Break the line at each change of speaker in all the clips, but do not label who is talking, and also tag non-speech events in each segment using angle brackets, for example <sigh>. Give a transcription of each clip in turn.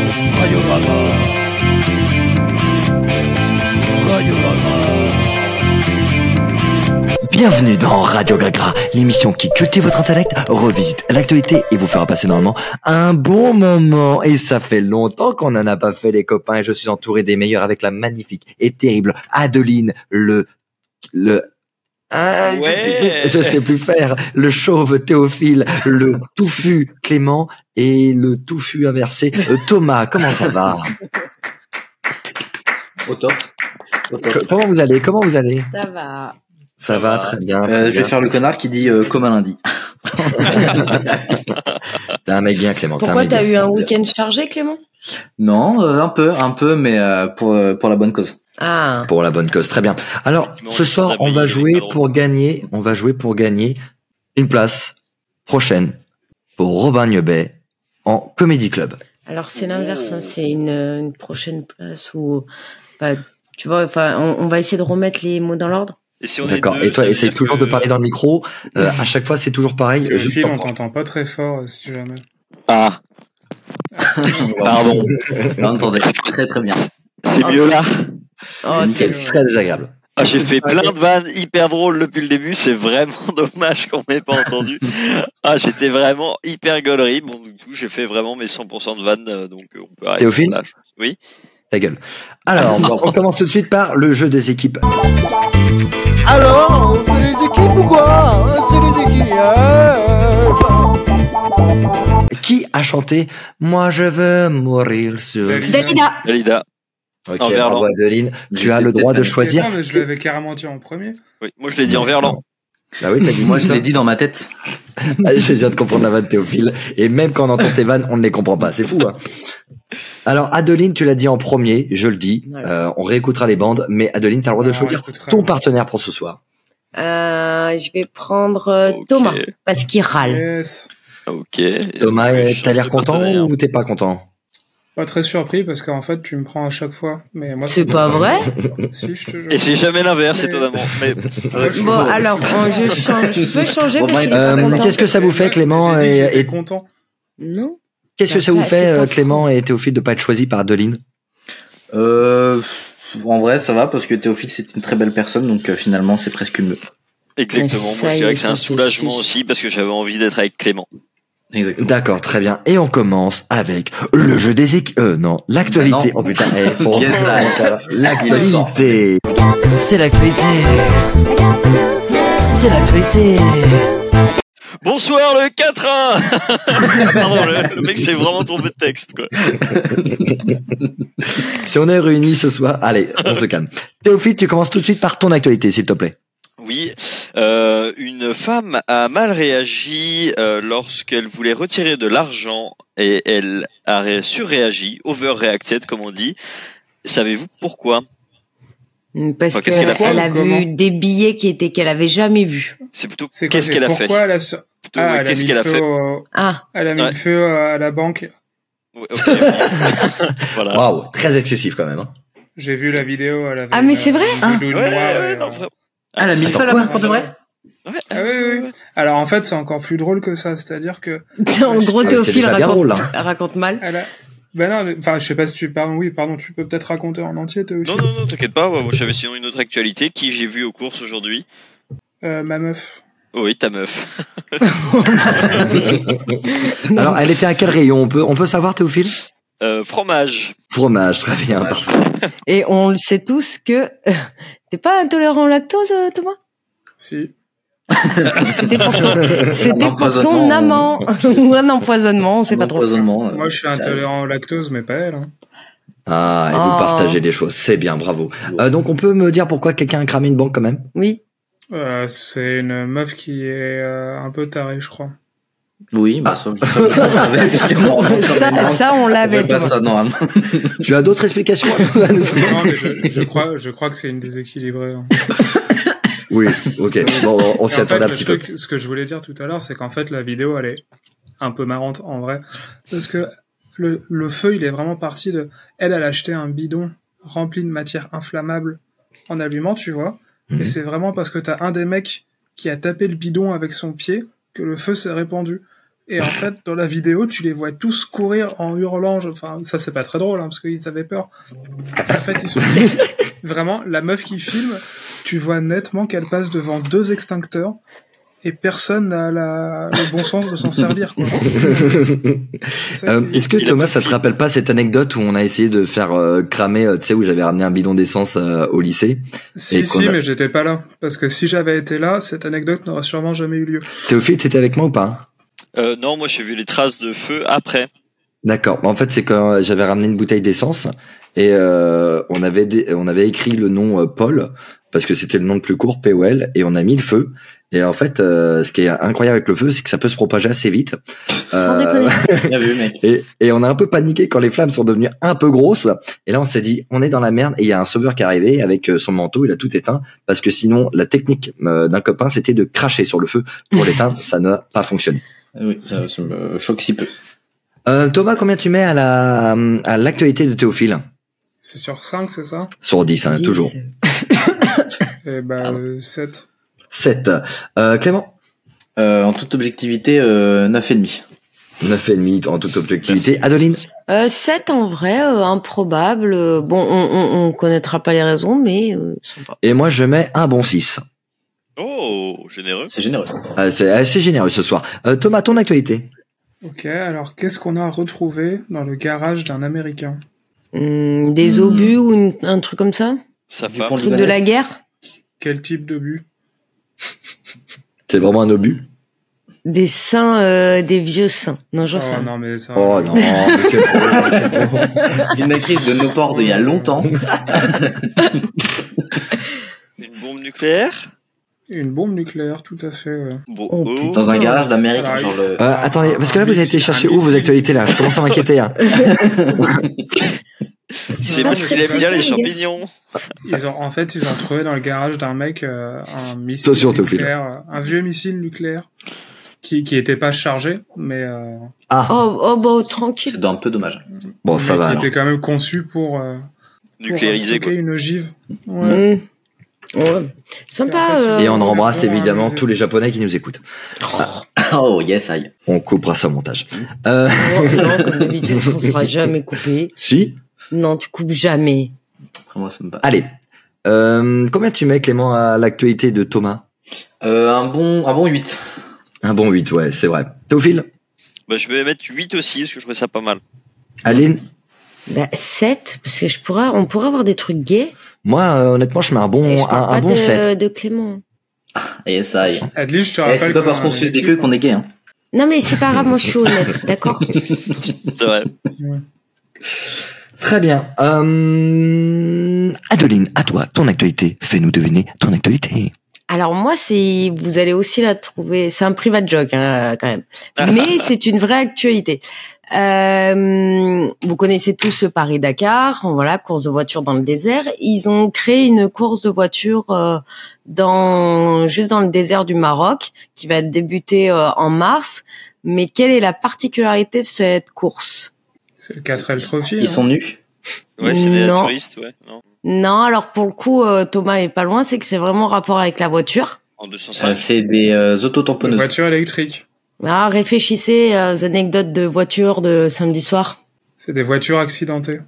Radio Rama. Radio Rama.
Bienvenue dans Radio Gragra, l'émission qui cultive votre intellect, revisite l'actualité et vous fera passer normalement un bon moment. Et ça fait longtemps qu'on n'en a pas fait les copains et je suis entouré des meilleurs avec la magnifique et terrible Adeline, le... le ah, ouais. je, sais plus, je, sais plus, faire. Le chauve Théophile, le touffu Clément et le touffu inversé euh, Thomas. Comment ça
<laughs>
va
Au top.
Au top. Comment vous allez Comment vous allez
Ça va.
Ça va très bien. Très
euh,
bien.
Je vais faire le connard qui dit euh, comme un lundi.
t'es un mec bien, Clément.
Pourquoi t'as eu un week-end chargé, Clément
Non, euh, un peu, un peu, mais euh, pour pour la bonne <laughs> cause.
Ah.
Pour la bonne cause, très bien. Alors, ce soir, on va jouer pour gagner, on va jouer pour gagner une place prochaine pour Robin Niebet en Comédie Club.
Alors, c'est l'inverse, hein, c'est une, une, prochaine place où, bah, tu vois, enfin, on, on, va essayer de remettre les mots dans l'ordre.
Si D'accord. Et toi, essaye toujours que... de parler dans le micro. Euh, à chaque fois, c'est toujours pareil.
Euh, Le film, on t'entend pas très fort, euh, si jamais.
<laughs>
Ah. Pardon. on entendait très très bien.
C'est ah, mieux là.
Oh, c'est
euh,
très désagréable.
Ah, j'ai fait plein de vannes hyper drôles depuis le début. C'est vraiment <laughs> dommage qu'on m'ait pas entendu. ah, j'étais vraiment hyper gaulerie. Bon, du coup, j'ai fait vraiment mes 100% de vannes. euh, Donc, on peut arrêter.
Théophile
là, Oui.
Ta gueule. Alors, on commence tout de suite par le jeu des équipes. Alors, c'est les équipes ou quoi Hein, C'est les hein. équipes. Qui a chanté Moi, je veux mourir sur.
Dalida.
Dalida.
Ok, en bravo Adeline, tu as le droit de choisir.
Non, mais je l'avais carrément dit en premier.
Oui, moi je l'ai dit en verlan.
Bah oui, t'as dit Ah,
moi je <laughs> l'ai dit dans ma tête.
je viens de comprendre la vanne Théophile. Et même quand on entend tes vannes, on ne les comprend pas. C'est fou. Hein Alors Adeline, tu l'as dit en premier, je le dis. Euh, on réécoutera les bandes, mais Adeline, t'as le
Ah
droit de choisir ton partenaire pour ce soir.
Euh, je vais prendre euh, okay. Thomas parce qu'il râle.
Yes.
Ah, Ok.
Thomas, t'as l'air content ou t'es pas content
pas très surpris parce qu'en fait tu me prends à chaque fois. Mais moi
c'est pas <laughs> vrai.
si, je te Et c'est jamais l'inverse mais... étonnamment. Mais...
bon alors on, je change, je peux changer. Bon, bah,
Qu'est-ce euh, qu que ça vous fait Clément
et, et... content.
Non.
Qu'est-ce que ça, ça vous fait euh, Clément et Théophile de pas être choisi par Adeline
euh, En vrai ça va parce que Théophile c'est une très belle personne donc euh, finalement c'est presque mieux.
Exactement. Moi je dirais que c'est un soulagement aussi parce que j'avais envie d'être avec Clément.
D'accord, très bien. Et on commence avec le jeu des équipes. Euh, non, l'actualité. Oh putain, hey, bon,
<laughs>
yes, l'actualité. C'est l'actualité. C'est l'actualité.
Bonsoir le 4-1 <laughs> Pardon, le, le mec s'est vraiment trompé de texte. Quoi.
si on est réunis ce soir, allez, on se <laughs> calme. Théophile, tu commences tout de suite par ton actualité, s'il te plaît.
Oui, euh, une femme a mal réagi euh, lorsqu'elle voulait retirer de l'argent et elle a ré surréagi, overreacted comme on dit. Savez-vous pourquoi
Parce enfin, Oh, qu'elle qu a, elle a vu des billets qui étaient qu'elle avait jamais vus.
C'est plutôt qu'est-ce qu qu'elle a fait
Pourquoi elle a, so plutôt, ah, ouais, elle a
mis
le
a fait
au... ah. Elle a mis ouais. le feu euh, à la banque.
Ouais, okay, <laughs> okay.
voilà. Waouh, très excessif quand même. Hein.
J'ai vu la vidéo. Elle avait,
ah mais c'est vrai.
Ah. Et,
non, vraiment.
Ah, la mis feu là pour de vrai
ouais, ah, oui, oui, oui. Alors en fait, c'est encore plus drôle que ça. C'est-à-dire que.
en gros, Théophile raconte, drôle, hein. raconte mal.
A... Ben non, mais... enfin, je sais pas si tu parles. Oui, pardon, tu peux peut-être raconter en entier, Théophile.
Non, non, non, t'inquiète pas. Moi, j'avais sinon une autre actualité qui j'ai vue aux courses aujourd'hui.
Euh, ma meuf.
Oui, ta meuf.
Alors, elle était à quel rayon On peut, on peut savoir, Théophile
euh, fromage.
Fromage, très bien. Fromage.
Et on le sait tous que <laughs> t'es pas intolérant au lactose, euh, Thomas
Si.
C'était pour son, c'était pour son amant <laughs> ou un empoisonnement, on sait pas trop.
euh,
Moi, je suis intolérant au lactose, mais pas elle. Hein.
Ah, et oh. vous partagez des choses, c'est bien, bravo. Euh, donc, on peut me dire pourquoi quelqu'un a cramé une banque quand même
Oui.
Euh, c'est une meuf qui est euh, un peu tarée, je crois.
Oui, bah, ça,
ça, on l'avait.
tu as d'autres explications
non, mais je, je, crois, je crois que c'est une déséquilibrée. Hein.
oui, ok. Bon, on s'y attendait un petit
truc,
peu.
Ce que je voulais dire tout à l'heure, c'est qu'en fait, la vidéo, elle est un peu marrante en vrai, parce que le, le feu, il est vraiment parti de. Elle, elle a acheté un bidon rempli de matière inflammable en allument, tu vois.
Mhm.
Mm -hmm. Et c'est vraiment parce que t'as un des mecs qui a tapé le bidon avec son pied que le feu s'est répandu. Et en fait, dans la vidéo, tu les vois tous courir en hurlant. Je- Enfin, ça, c'est pas très drôle, hein, parce qu'ils avaient peur. En fait,
<laughs>
ils sont vraiment la meuf qui filme. Tu vois nettement qu'elle passe devant deux extincteurs et personne n'a la- le bon sens de s'en servir.
<laughs>
quoi. C'est ça
<laughs> Euh,
qui-
Est-ce que
Il a
Thomas,
pas
ça te
fini.
rappelle pas cette anecdote où on a essayé de faire euh, cramer, euh, tu sais, où j'avais ramené un bidon d'essence euh, au lycée et bah
Si,
qu'on
si,
a-
mais j'étais pas là. Parce que si j'avais été là, cette anecdote n'aurait sûrement jamais eu lieu.
Théophile, t'étais avec moi ou pas
Euh, non, moi j'ai vu les traces de feu après.
D'accord. En fait, c'est quand euh, j'avais ramené une bouteille d'essence et euh, on avait dé- on avait écrit le nom euh, Paul parce que c'était le nom le plus court POL et on a mis le feu. Et en fait, euh, ce qui est incroyable avec le feu, c'est que ça peut se propager assez vite.
<laughs> Sans
Euh,
déconner.
<laughs> Bien vu, mec.
Et, et on a un peu paniqué quand les flammes sont devenues un peu grosses. Et là, on s'est dit, on est dans la merde. Et il y a un sauveur qui est arrivé avec euh, son manteau. Il a tout éteint parce que sinon, la technique euh, d'un copain, c'était de cracher sur le feu
<laughs>
pour l'éteindre. ça n'a pas fonctionné.
Ah Oui, ça, ça me choque si peu.
Euh, Thomas, combien tu mets à la à l'actualité de Théophile
C'est sur 5, c'est ça
sur 10, hein,
Dix.
toujours.
Et
Ah
bah, 7.
7. Euh, Clément
Euh, en toute objectivité, euh, 9,5.
9,5 en toute objectivité. Adeline
Euh, 7 en vrai, euh, improbable. Euh, Bon, on, on, on connaîtra pas les raisons, mais euh, sympa.
Et moi, je mets un bon 6.
Oh, généreux.
C'est généreux.
Ah, c'est assez généreux ce soir. Euh, Thomas, ton actualité
Ok, alors qu'est-ce qu'on a retrouvé dans le garage d'un Américain
Hum, des
Hmm.
obus ou une- un truc comme ça
Ça
Du
part.
pont
Un truc de la guerre
Quel type de but
C'est vraiment un obus
Des seins, euh, des vieux seins. Non, j'en
Oh
sais rien.
non, mais ça.
Oh <laughs> non, mais quel problème.
Une actrice de nos ports d'il y a longtemps.
Une bombe nucléaire
Une bombe nucléaire, tout à fait. ouais.
Bon,
Oh,
oh.
Dans un garage d'Amérique.
Alors,
Genre le...
Euh, attendez, parce que là, vous avez
Ah,
été chercher où vos actualités là Je commence à m'inquiéter. Hein.
c'est
Non,
parce
mais
qu'il
c'est
aime bien
ça,
les
les gars.
champignons.
Ils ont, en fait, ils ont trouvé dans le garage d'un mec euh, un missile
Attention, Théophile.
nucléaire, euh, un vieux missile nucléaire qui qui était pas chargé, mais euh,
Ah,
Oh, oh, bah, oh,
C'est
tranquille.
un peu dommage.
<laughs> bon, Oh, ça
mais
va
qui
alors.
était quand même conçu pour euh, pour
Nucléarisé,
stocker
quoi.
une ogive.
Mm.
Ouais.
Hum. Ouais. Sympa.
Et en fait,
euh,
Et on embrasse
Japon,
évidemment
hein,
tous les Japonais qui nous écoutent.
<laughs> Oh, yes, aïe.
On coupera ça au montage. Euh,
Oh, non, comme d'habitude, on sera jamais coupé.
<laughs> si
Non, tu coupes jamais.
Après, moi, ça me va.
Allez. Euh, combien tu mets Clément à l'actualité de Thomas
Euh, un, bon, un bon 8.
Un bon 8, ouais, c'est vrai. Théophile
Bah, je vais mettre 8 aussi, parce que je trouvais ça pas mal.
Aline
Bah, 7, parce que je pourrais, on pourrait avoir des trucs gays.
Moi, euh, honnêtement, je mets un
et je
bon, un,
parle
un
pas
bon
de,
7.
de Clément.
Yes, aïe.
Adeline, je te
Eh,
rappelle.
c'est pas parce qu'on se fait des queues qu'on est gay. Hein.
Non, mais c'est pas grave, moi je suis honnête, d'accord
C'est vrai.
Très bien. Euh, Adeline, à toi, ton actualité. Fais-nous deviner ton actualité.
Alors moi, c'est vous allez aussi la trouver. C'est un private joke hein, quand même, mais c'est une vraie actualité. Euh, vous connaissez tous le Paris-Dakar, voilà, course de voiture dans le désert. Ils ont créé une course de voiture euh, dans juste dans le désert du Maroc, qui va débuter euh, en mars. Mais quelle est la particularité de cette course
hein. C'est le 4L Trophy.
Ils sont nus.
Ouais, c'est des
Non.
touristes, ouais. Non.
Non, alors pour le coup, euh, Thomas est pas loin. C'est que c'est vraiment rapport avec la voiture.
En
Euh,
205.
c'est des euh,
Une
autotamponneuses.
voiture électrique.
Ah, réfléchissez euh, aux anecdotes de voitures de samedi soir.
C'est des voitures accidentées.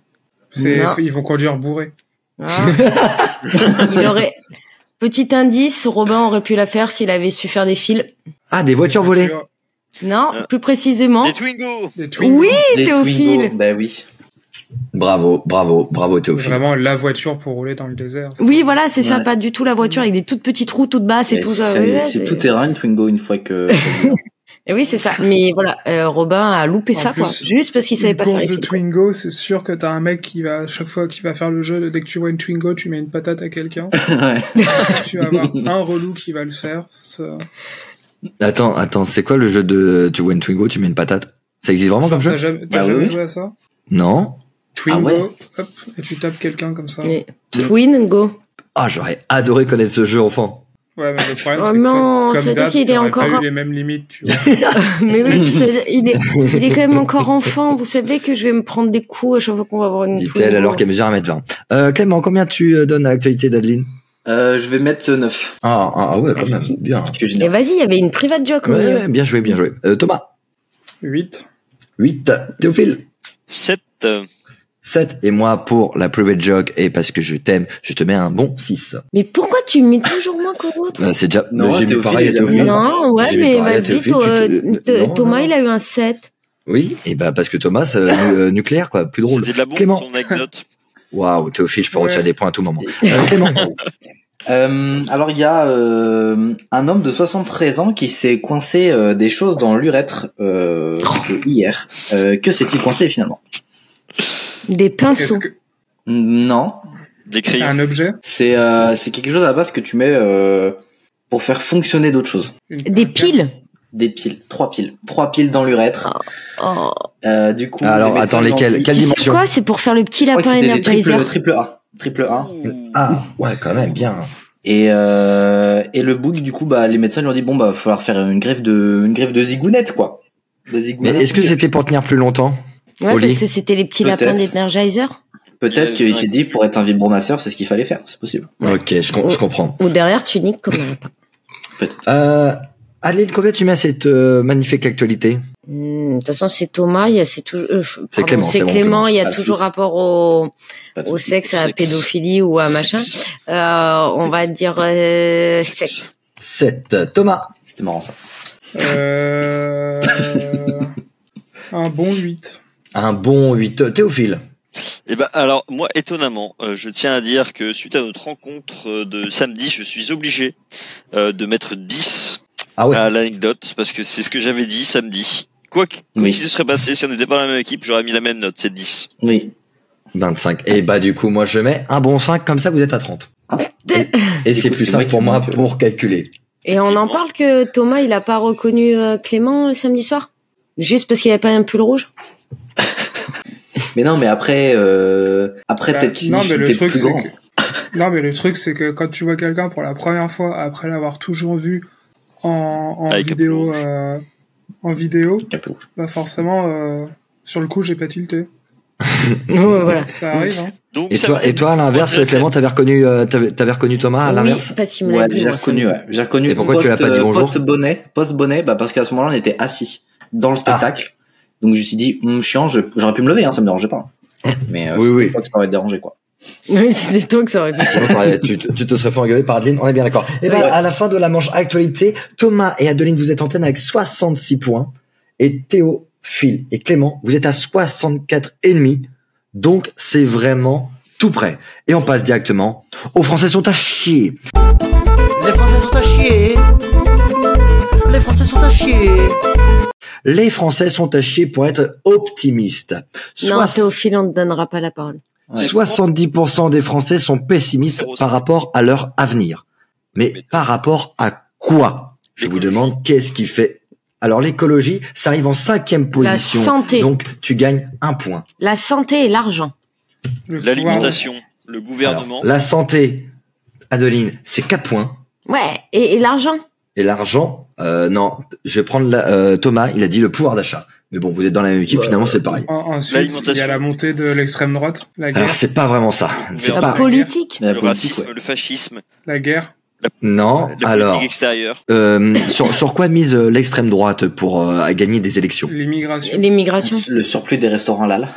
C'est-
Non.
Ils vont conduire bourrés.
Hein il aurait... Petit indice, Robin aurait pu la faire s'il avait su faire des fils.
Ah, des voitures volées.
Non,
Euh,
plus précisément.
Des Twingo
Des Twingo.
Oui,
Des
Théophile.
Twingo. Bah oui.
Bravo, bravo, bravo
C'est
Théophile.
Vraiment la voiture pour rouler dans le désert.
oui, voilà, c'est ça,
Ouais.
pas du tout la voiture avec des toutes petites roues, toutes basses et
Eh,
tout ça.
c'est-
Ouais,
C'est
c'est-
tout terrain, une Twingo, une fois <laughs> que.
Et oui, c'est ça. Mais voilà, euh, Robin a loupé
En
ça, quoi.
plus,
Juste parce qu'il savait
Une
pas faire
course
les
de
fils. quoi.
Twingo, c'est sûr que t'as un mec qui va à chaque fois qu'il va faire le jeu de dès que tu vois une Twingo, tu mets une patate
<laughs>
à quelqu'un.
Ouais.
tu vas avoir un relou qui va le faire. Ça-
Attends, attends, c'est quoi le jeu de tu vois une Twingo, tu mets une patate Ça existe vraiment comme
T'as
jeu
jamais, t'as
Bah oui,
jamais
oui.
joué à ça
Non.
Twingo,
ouais.
hop, et tu tapes quelqu'un comme ça.
Mais Twin,
<laughs>
go. <laughs>
Ah, j'aurais adoré connaître ce jeu enfant.
Ouais, mais le problème,
Oh
c'est que
non,
comme-
ça veut dire
comme d'hab,
qu'il est
t'aurais
encore
pas
un-
eu les mêmes
<laughs>
limites, tu vois.
Mais oui, parce que il est, il est quand même encore enfant. Vous savez que je vais me prendre des coups à chaque fois qu'on va avoir une
Dit-elle
Twingo.
alors qu'elle mesure 1m20. Euh, Clément, combien tu euh, donnes à l'actualité d'Adeline
Euh, je vais mettre 9.
ah, ah, ah ouais, quand même. Bien.
Je suis
Et
généreux.
vas-y, il y avait une private joke. au
Ouais,
milieu.
ouais, bien joué, bien joué. Euh, Thomas
8.
8. Théophile.
7.
7. Et moi, pour la private joke et parce que je t'aime, je te mets un bon 6.
Mais pourquoi tu mets toujours moins qu'aux autres
Euh, c'est déjà,
Non,
j'ai mis
Théophile,
pareil à
il a
Théophile.
mis-
Non, ouais,
J'ai mis
mais
pareil à
vas-y,
Théophile,
toi,
tu te-
euh, te-
non,
Thomas,
non.
il a eu un 7.
Oui, et bah, parce que Thomas, euh, euh, nucléaire, quoi, plus drôle.
C'était de la bombe,
Clément.
son anecdote.
Waouh, Théophile, je peux
Ouais.
retirer des points à tout moment. Euh, Clément.
Euh, alors il y a euh, un homme de 73 ans qui s'est coincé euh, des choses dans l'urètre euh,
Oh.
de hier. Euh, que s'est-il coincé finalement
Des pinceaux.
Est-ce que
Non,
Des
c'est
crayons.
un objet
c'est euh, c'est quelque chose à la base que tu mets euh, pour faire fonctionner d'autres choses.
Une-
Des piles.
Des piles, trois piles, trois piles dans l'urètre.
Oh.
Euh, du coup,
Ah. Alors,
les médecins
attends,
lui ont
lesquelles
dit-
Quelle
Tu sais
dimension
quoi C'est pour faire le petit
Je crois que
lapin
c'était les triple,
Energizer.
triple A, triple A.
<laughs> Ah, ouais, quand même, bien.
Et euh, et le bouc, du coup, bah les médecins lui ont dit bon bah va falloir faire une greffe de une greffe de zigounette quoi. De
Mais
zigounette.
est-ce que c'était pour tenir plus longtemps
Ouais,
Oli.
parce que c'était les petits lapins
Peut-être.
d'Energizer.
peut-être
Il y
qu'il
avait
s'est dit pour être un vibromasseur, c'est ce qu'il fallait faire, c'est possible.
Ok, je, com- je comprends.
Ou derrière, tu niques comme un lapin.
Peut-être.
Euh, Adeline, combien tu mets à cette euh, magnifique actualité
Hmm, De toute façon, c'est Thomas, il y a, c'est toujours, c'est
Clément, c'est
c'est
bon, Clément.
Clément, il y a
Ah,
toujours
c'est-
rapport au,
Pas de
au
souci.
sexe, à la
Sexe.
pédophilie ou à Ah, machin. Euh, on va dire, euh, sexe.
7. Thomas.
C'était marrant ça.
<laughs>
Euh, un bon 8.
Un bon 8. Théophile.
Eh ben, alors, moi, étonnamment, euh, je tiens à dire que suite à notre rencontre euh, de samedi, je suis obligé euh, de mettre 10
Ah ouais.
à l'anecdote, parce que c'est ce que j'avais dit samedi. Quoi que- quoi qu'il
Oui.
se serait passé, si on n'était pas dans la même équipe, j'aurais mis la même note, c'est 10.
Oui.
25. Et bah du coup, moi je mets un bon 5, comme ça vous êtes à 30.
Ah.
Et- Et
Du
c'est
coup,
plus
c'est moi
simple
qui
pour moi
manque.
pour calculer.
Et on en
Effectivement.
parle que Thomas, il a pas reconnu euh, Clément euh, samedi soir? Juste parce qu'il avait pas un pull rouge?
Mais non, mais après euh, après
Bah,
peut-être qu'il
non,
s'est dit
mais le
c'était
truc,
plus
c'est
grand.
que- Non, mais le truc, c'est que quand tu vois quelqu'un pour la première fois, après l'avoir toujours vu en, en
Avec un
vidéo,
peluche.
euh, en vidéo,
Un peu rouge.
bah forcément, euh, sur le coup, j'ai pas tilté.
Ouais, voilà.
Ça arrive, hein.
Donc,
Et
ça
toi,
me-
et toi à l'inverse,
Moi, c'est-
Clément, t'avais reconnu, euh, t'avais t'avais reconnu Thomas à
oui,
Ah, l'inverse
parce qu'il me l'a
Ouais,
dit. <laughs>
j'ai
moi,
reconnu, ouais. J'ai reconnu.
Et pourquoi tu l'as pas dit bonjour
Post bonnet, post bonnet, bah parce qu'à ce moment-là, on était assis dans le spectacle.
Ah.
Donc je me suis dit, hum, chiant, je- j'aurais pu me lever, hein, ça me dérangeait
<laughs>
pas. Mais euh,
Oui, oui.
pourquoi tu t'aurais dérangé quoi
samedi. C'était toi que ça aurait pu.
Sinon, t'aurais- tu, te- tu te serais fait engueuler par Adeline, on est bien d'accord. Et ben,
Ouais.
à la fin de la manche actualité, Thomas et Adeline, vous êtes en tête avec 66 points. Et Théo, Phil et Clément, vous êtes à 64 et demi. Donc, c'est vraiment tout près. Et on passe directement aux Français sont à chier.
Les Français sont à chier. Les Français sont à chier.
Les Français sont à chier pour être optimistes.
Non,
Soix-
Théophile, on ne te donnera pas la parole.
Ouais.
70% des Français sont pessimistes
Zéro,
par
cinq.
rapport à leur avenir. Mais
Mais-
par rapport à quoi Je vous
L'écologie.
demande qu'est-ce qui fait. Alors l'écologie, ça arrive en cinquième
La
position.
santé.
Donc tu gagnes un point.
La santé et l'argent.
Le
L'alimentation, le gouvernement,
Alors, la santé, Adeline, c'est quatre points.
Ouais, et, et l'argent.
Et l'argent, euh, non, je vais prendre la- euh, Thomas, il a dit le pouvoir d'achat. Mais bon, vous êtes dans la même équipe, finalement c'est pareil.
pouvoir. En- ensuite, il y
L'alimentation.
a la montée de l'extrême droite, la guerre,
Alors c'est pas vraiment ça. C'est pas...
La
gouvernement.
politique.
La
le
politique,
racisme,
ouais.
le fascisme,
la guerre.
la
Non,
politique
alors...
extérieure.
Euh, sur, sur quoi mise euh, l'extrême droite pour euh, à gagner des élections
l'immigration,
L'immigration.
Le surplus des restaurants Lal.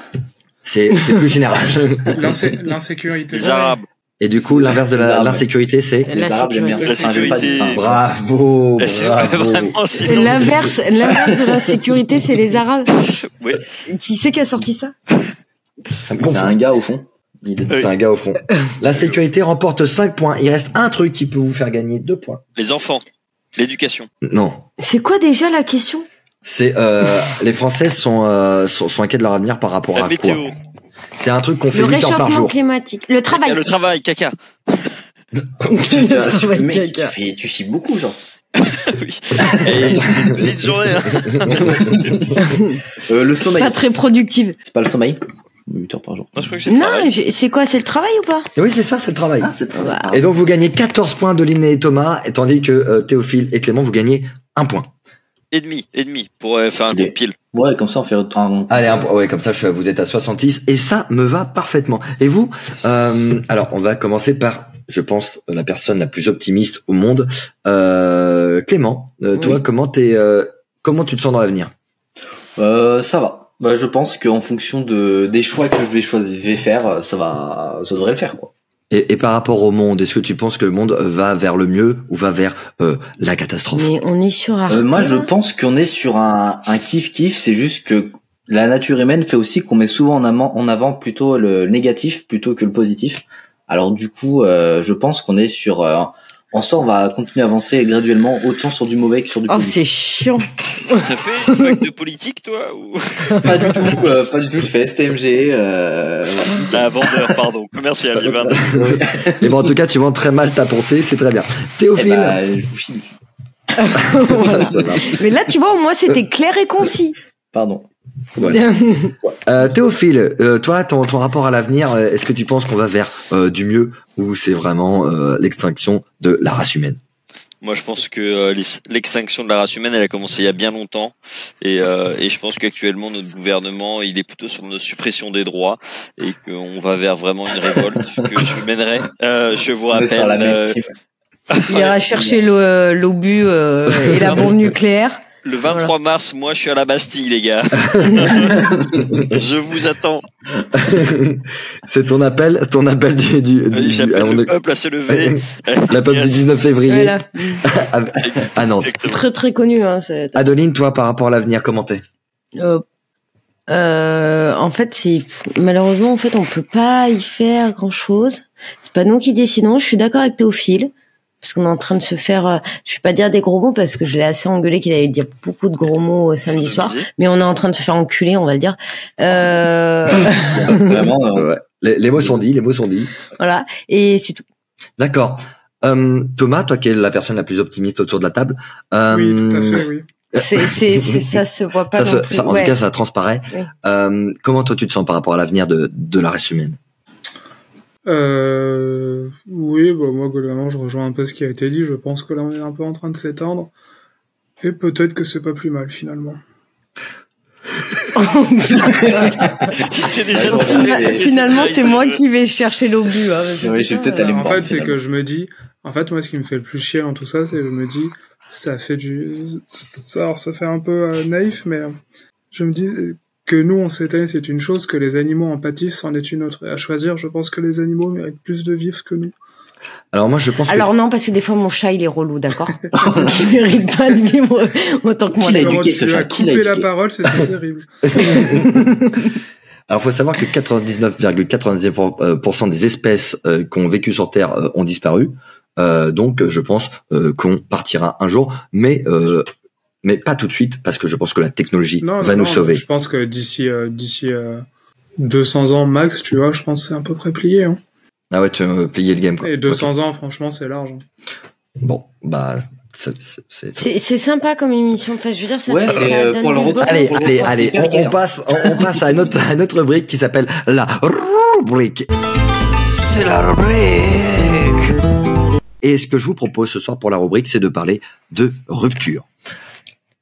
C'est c'est plus général.
l'insé- l'insécurité,
Les Arabes,
Et du coup, l'inverse de la-
L'arbre.
l'insécurité, c'est
La
Les Arabes, j'aime bien.
sécurité.
Enfin, j'aime
La
pas dire-
sécurité.
enfin,
bravo,
Et Eh, c'est
Oh, bravo.
vraiment sinon-
<laughs> L'inverse, l'inverse de l'insécurité, c'est les Arabes.
<laughs> Oui.
Qui c'est qui a sorti ça
Ça me
C'est
confond.
un gars au
<laughs>
fond. Il est-
C'est un gars au fond. La sécurité remporte 5 points. Il reste un truc qui peut vous faire gagner 2 points.
les enfants, l'éducation.
Non.
C'est quoi déjà la question
C'est euh, les Français sont, euh, sont sont inquiets de leur avenir par rapport
La
à
météo.
quoi C'est un truc qu'on fait
Le
8 heures par
réchauffement
jour.
climatique. Le
Il y
travail.
a le travail, caca.
<laughs>
Le
Euh, Tu fais-
travail
mec, tu,
caca.
fais- tu chies beaucoup, genre.
Oui.
<laughs>
Et c'est une petite journée. hein.
Euh, le sommeil.
Pas très productive.
C'est pas le sommeil 8 heures par jour.
Non, je crois que c'est le
Non,
travail.
j'ai- c'est quoi C'est le travail ou pas
Oui, c'est ça, c'est le travail.
Ah, c'est très bien.
Bah,
Et donc vous gagnez 14 points de Liné et Thomas, et tandis que euh, Théophile et Clément vous gagnez un point.
Et demi, et demi, pour euh, faire un
Stylé. <laughs>
compile.
Ouais, comme ça, on fait un.
Allez, un- ouais, comme ça, je suis- vous êtes à 66 et ça me va parfaitement. Et vous euh, Alors, on va commencer par, je pense, la personne la plus optimiste au monde, euh, Clément. euh,
Oui.
Toi, comment t'es, euh, comment tu te sens dans l'avenir
Euh, ça va. Bah, je pense qu'en fonction de, des choix que je vais choisir, vais faire, ça va, ça devrait le faire, quoi.
Et, et par rapport au monde, est-ce que tu penses que le monde va vers le mieux ou va vers euh, la catastrophe
Mais on est sur Arte.
Euh, moi, je pense qu'on est sur un, un kiff-kiff. C'est juste que la nature humaine fait aussi qu'on met souvent en avant, en avant plutôt le négatif plutôt que le positif. Alors du coup, euh, je pense qu'on est sur... euh, en soi, on va continuer à avancer graduellement, autant sur du mauvais que sur du
Oh,
positif. <laughs>
c'est chiant.
T'as fait une fac de politique, toi ou...
pas du tout, euh, pas du tout. Je fais STMG. Euh...
Ah, vendeur,
<laughs>
pardon, commercial, il y avait un-
<laughs> Mais bon, en tout cas, tu vends très mal ta pensée, c'est très bien.
eh
Théophile,
ben, je vous file.
Voilà.
<laughs> Ça va.
Mais là, tu vois, au moins,
Euh,
c'était clair et
<laughs>
concis.
Pardon.
Euh, Théophile, euh, toi, ton, ton rapport à l'avenir, euh, est-ce que tu penses qu'on va vers euh, du mieux ou c'est vraiment euh, l'extinction de la race
<laughs>
humaine
Moi, je pense que euh, l'ex- l'extinction de la race humaine, elle a commencé il y a bien longtemps, et, euh, et je pense qu'actuellement notre gouvernement, il est plutôt sur une suppression des droits, et qu'on va vers vraiment une
<laughs>
révolte que je mènerai. Euh, je vous
On est sur
rappelle,
la même
euh,
team.
Il ira chercher le- euh, l'obus euh, et la bombe nucléaire.
le 23 mars, moi, je suis à la Bastille, les
<laughs>
gars. je vous attends.
C'est ton appel, ton appel du, du, du-
Euh, J'appelle
ah, on
le
<laughs> est-
peuple à se
<laughs>
lever.
la peuple du 19 février
Voilà.
Ah
à Nantes.
Exactement.
Très, très connu. Hein, cette-
Adeline, toi, par rapport à l'avenir, comment t'es
Euh, euh, en fait, c'est pff, malheureusement en fait on peut pas y faire grand chose. C'est pas nous qui décidons. Je suis d'accord avec Théophile parce qu'on est en train de se faire. euh, je vais pas dire des gros mots parce que je l'ai assez engueulé qu'il allait dire beaucoup de gros mots euh, samedi soir. Mais on est en train de se faire enculer, on va le dire. Euh,
<laughs>
Vraiment, euh,
Ouais. les, les mots sont dits, les mots sont dits.
voilà. Et c'est tout.
D'accord. Euh, Thomas, toi qui es la personne la plus optimiste autour de la table, euh,
Oui, tout à fait, oui.
C'est, c'est, c'est- ça se voit
ça
pas non
se-
plus.
ça- en
Ouais.
tout cas, ça transparaît.
Oui.
Euh, comment toi tu te sens par rapport à l'avenir de, de la race
<laughs>
humaine
Euh, oui, bah, moi, globalement, je rejoins un peu ce qui a été dit. Je pense que là, on est un peu en train de s'éteindre. Et peut-être que c'est pas plus mal, finalement.
Il s'est déjà
Fina-
lancé dans les-
Ah, Finalement, c'est moi qui vais chercher l'obus. Hein, parce que
Oui, j'ai
putain,
peut-être allé- Elle est
en
morte,
fait, c'est
finalement.
que je me dis, en fait, moi, ce qui me fait le plus chier dans tout ça, c'est que je me dis, ça fait du, ça, alors, ça fait un peu euh, naïf, mais euh, je me dis euh, que nous, on s'éteint, c'est une chose, que les animaux en pâtissent, c'en est une autre. Et à choisir, je pense que les animaux méritent plus de vivre que nous.
Alors moi, je pense que
Alors non, parce que des fois mon chat il est
<laughs>
relou, d'accord Donc il mérite pas de vivre autant que moi.
Qui l'a
Comment
éduqué, ce
tu
chat
as
Qui l'a
coupé la
éduqué
parole, c'était <laughs> terrible.
Alors, faut savoir que 99,99% des espèces euh, qui ont vécu sur Terre euh, ont disparu. Euh, donc, euh, je pense euh, qu'on partira un jour, mais euh, mais pas tout de suite, parce que je pense que la technologie
Non,
va
non,
nous sauver.
Je pense que d'ici, euh, d'ici euh, 200 ans max, tu vois, je pense que c'est à peu près plié. Hein.
Ah ouais, tu veux me plier le game quoi.
Et
Ok.
200 ans, franchement, c'est large. hein.
Bon, bah, c'est- c'est- c'est.
C'est c'est sympa comme émission. Enfin, je veux dire, ça,
Ouais,
fait,
mais,
ça
euh,
donne
pour le
du
retour-
bon-
Allez,
Pour le
allez,
moment,
allez,
c'est
on,
hyper
on passe,
<laughs>
on, on passe à notre à notre rubrique qui s'appelle la rubrique.
C'est la rubrique.
Et ce que je vous propose ce soir pour la rubrique, c'est de parler de rupture.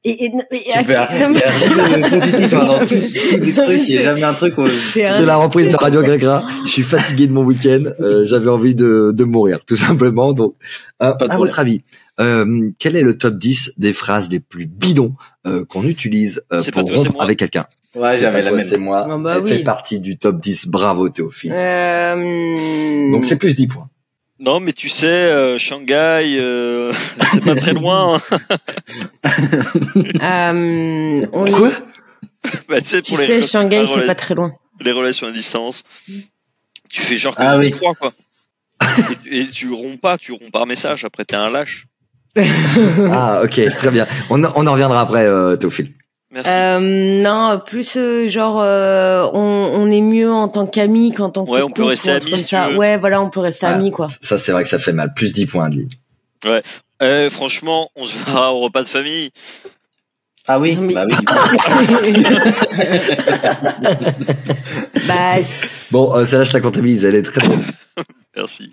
Et, et- et-
Tu
<laughs>
peux arrêter. <laughs> Il y a rien de positif, hein, dans tous les trucs, <laughs> il y a jamais un truc. où-
C'est un-
C'est la reprise de Radio Grégra. Je suis fatigué de mon week-end. Euh, J'avais envie de, de mourir, tout simplement. Donc, euh,
Pas de
à
problème.
votre avis, euh, quel est le top 10 des phrases les plus bidons euh, qu'on utilise euh,
C'est
pour
pas toi, c'est
rompre
moi.
avec quelqu'un
Ouais,
C'est pas
j'avais la
toi,
même.
C'est moi.
Ah bah
Elle fait
oui.
partie du top 10. Bravo, Théophile.
Euh,
Donc, c'est plus 10
<laughs>
points.
Non, mais tu sais, euh, Shanghai, euh, <laughs> c'est pas très loin. hein. <laughs>
euh, on est-
Quoi
Bah, tu sais,
Tu
pour
sais,
les,
Shanghai,
pour
c'est
les-
pas très loin.
les relations à distance, tu fais genre que
Ah
tu
oui.
crois, quoi. <laughs> et, et tu romps pas, tu romps par message. Après, t'es un lâche.
Ah, ok, très bien. On, en- on en reviendra après, euh, Théophile.
Merci.
Euh, non, plus euh, genre euh, on, on est mieux en tant qu'amis qu'en tant que
Ouais, on peut
couple ou
rester
un
amis,
truc comme
si tu
ça.
veux.
Ouais, voilà, on peut rester
Ah.
amis quoi.
Ça, c'est vrai que ça fait mal. Plus 10 points, Adeline.
Euh, franchement, on se verra au repas de famille.
Ah oui,
Mais-
bah oui.
bah, c-
Bon, euh, celle-là, je la comptabilise. Elle est
<laughs>
très bonne.
Merci.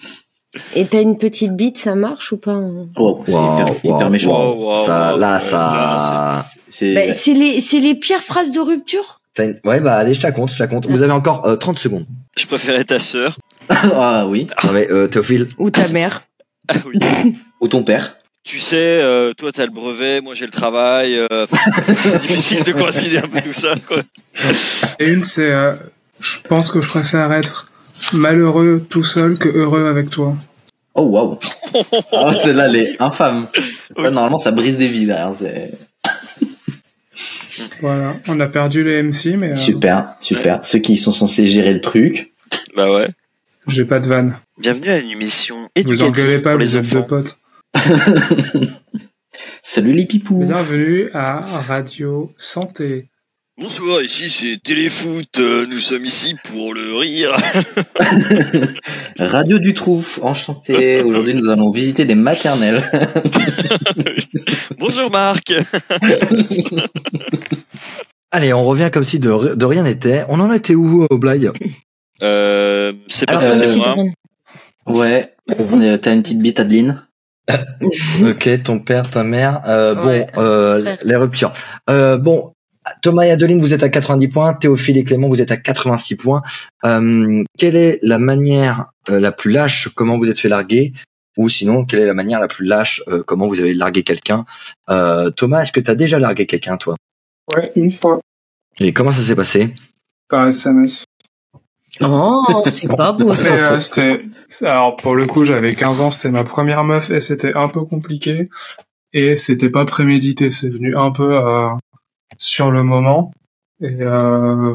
et t'as une petite bite, ça marche ou pas hein
<laughs> Wow, c'est
Wow,
hyper, hyper
wow,
méchant.
wow.
Wow, wow,
ça,
wow,
là,
wow,
ça...
là,
C'est-
Bah, C'est les, c'est les pires phrases de rupture.
T'as une- Ouais, bah allez, je te la compte, je te la compte. Vous avez encore euh, 30 secondes.
Je préférais ta sœur.
<laughs>
<laughs>
ah oui.
Non mais euh, Théophile,
Ou ta mère.
Ah oui.
Ou ton père.
tu sais, euh, toi t'as le brevet, moi j'ai le travail. euh, <laughs> c'est difficile de coïncider un peu tout ça. Quoi.
Et une, c'est euh, je pense que je préfère être malheureux tout seul que heureux avec toi.
Oh waouh Ah, Celle-là, elle est infâme. Ouais, normalement, ça brise des vies derrière. c'est-
Voilà, on a perdu les MC, mais euh,
Super, super. Ceux qui sont censés gérer le truc.
Bah ouais.
j'ai pas de vanne.
Bienvenue à une émission
Vous
éducative
engueulez pas,
pour les
vous êtes deux
enfants.
potes.
Salut les pipous.
Bienvenue à Radio Santé.
Bonsoir, ici c'est Téléfoot. euh, nous sommes ici pour le rire.
Radio du Trouf,
<laughs>
enchanté. Aujourd'hui, nous allons visiter des maternelles.
<laughs> Bonjour Marc.
Allez, on revient comme si de, de rien n'était. On en était où euh, au
<laughs>
blague
Euh, c'est pas
Alors,
euh,
toi, c'est
si,
moi.
Doran.
Ouais. On est- T'as une petite bite, Adeline <laughs>
Ok, ton père, ta mère. euh,
Ouais,
bon, euh,
frère.
les ruptures. Euh, bon, Thomas et Adeline, vous êtes à 90 points. Théophile et Clément, vous êtes à 86 points. Euh, quelle est la manière euh, la plus lâche Comment vous êtes fait larguer Ou sinon, quelle est la manière la plus lâche euh, Comment vous avez largué quelqu'un Euh, Thomas, est-ce que tu as déjà largué quelqu'un, toi
Ouais, une fois
Et comment ça s'est passé
par SMS.
Oh, c'est pas
<laughs>
beau. <laughs>
Mais, euh, c'était- alors pour le coup, j'avais 15 ans, c'était ma première meuf et c'était un peu compliqué et c'était pas prémédité, c'est venu un peu euh, sur le moment et euh,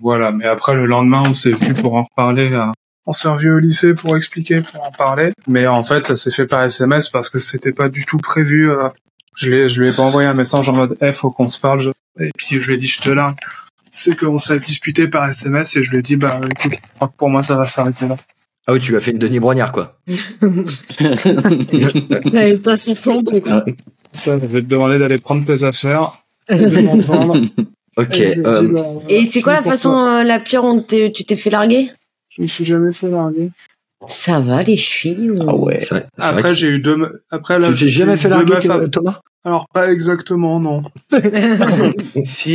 voilà. Mais après le lendemain, on s'est vu pour en reparler. euh, on s'est revu au lycée pour expliquer, pour en parler. Mais en fait, ça s'est fait par SMS parce que c'était pas du tout prévu. euh. je l'ai, je lui ai pas envoyé un message en mode F, faut qu'on se parle. je- Et puis je lui ai dit, je te largue. C'est qu'on s'est disputé par SMS et je lui ai dit, bah écoute, je crois que pour moi, ça va s'arrêter là.
Ah oui, tu lui as fait une Denis Brognard,
<laughs>
quoi.
Ah
Ouais, toi, c'est plombé, quoi.
Ça, je vais te demander d'aller prendre tes affaires, <laughs> de m'entendre.
Ok.
Et je lui ai
euh,
dit, bah,
Et c'est quoi la
pourquoi
façon euh, la pire où on t'est- tu t'es fait larguer
Je me suis jamais fait larguer.
Ça va, les filles ou-
Ah ouais.
c'est vrai- c'est vrai
Après,
que-
j'ai eu deux. me- Après, là,
Tu t'es
j'ai
jamais
eu
fait
deux
larguer,
meufs
Thé-
à-
Thomas
Alors, pas exactement, non.
Si,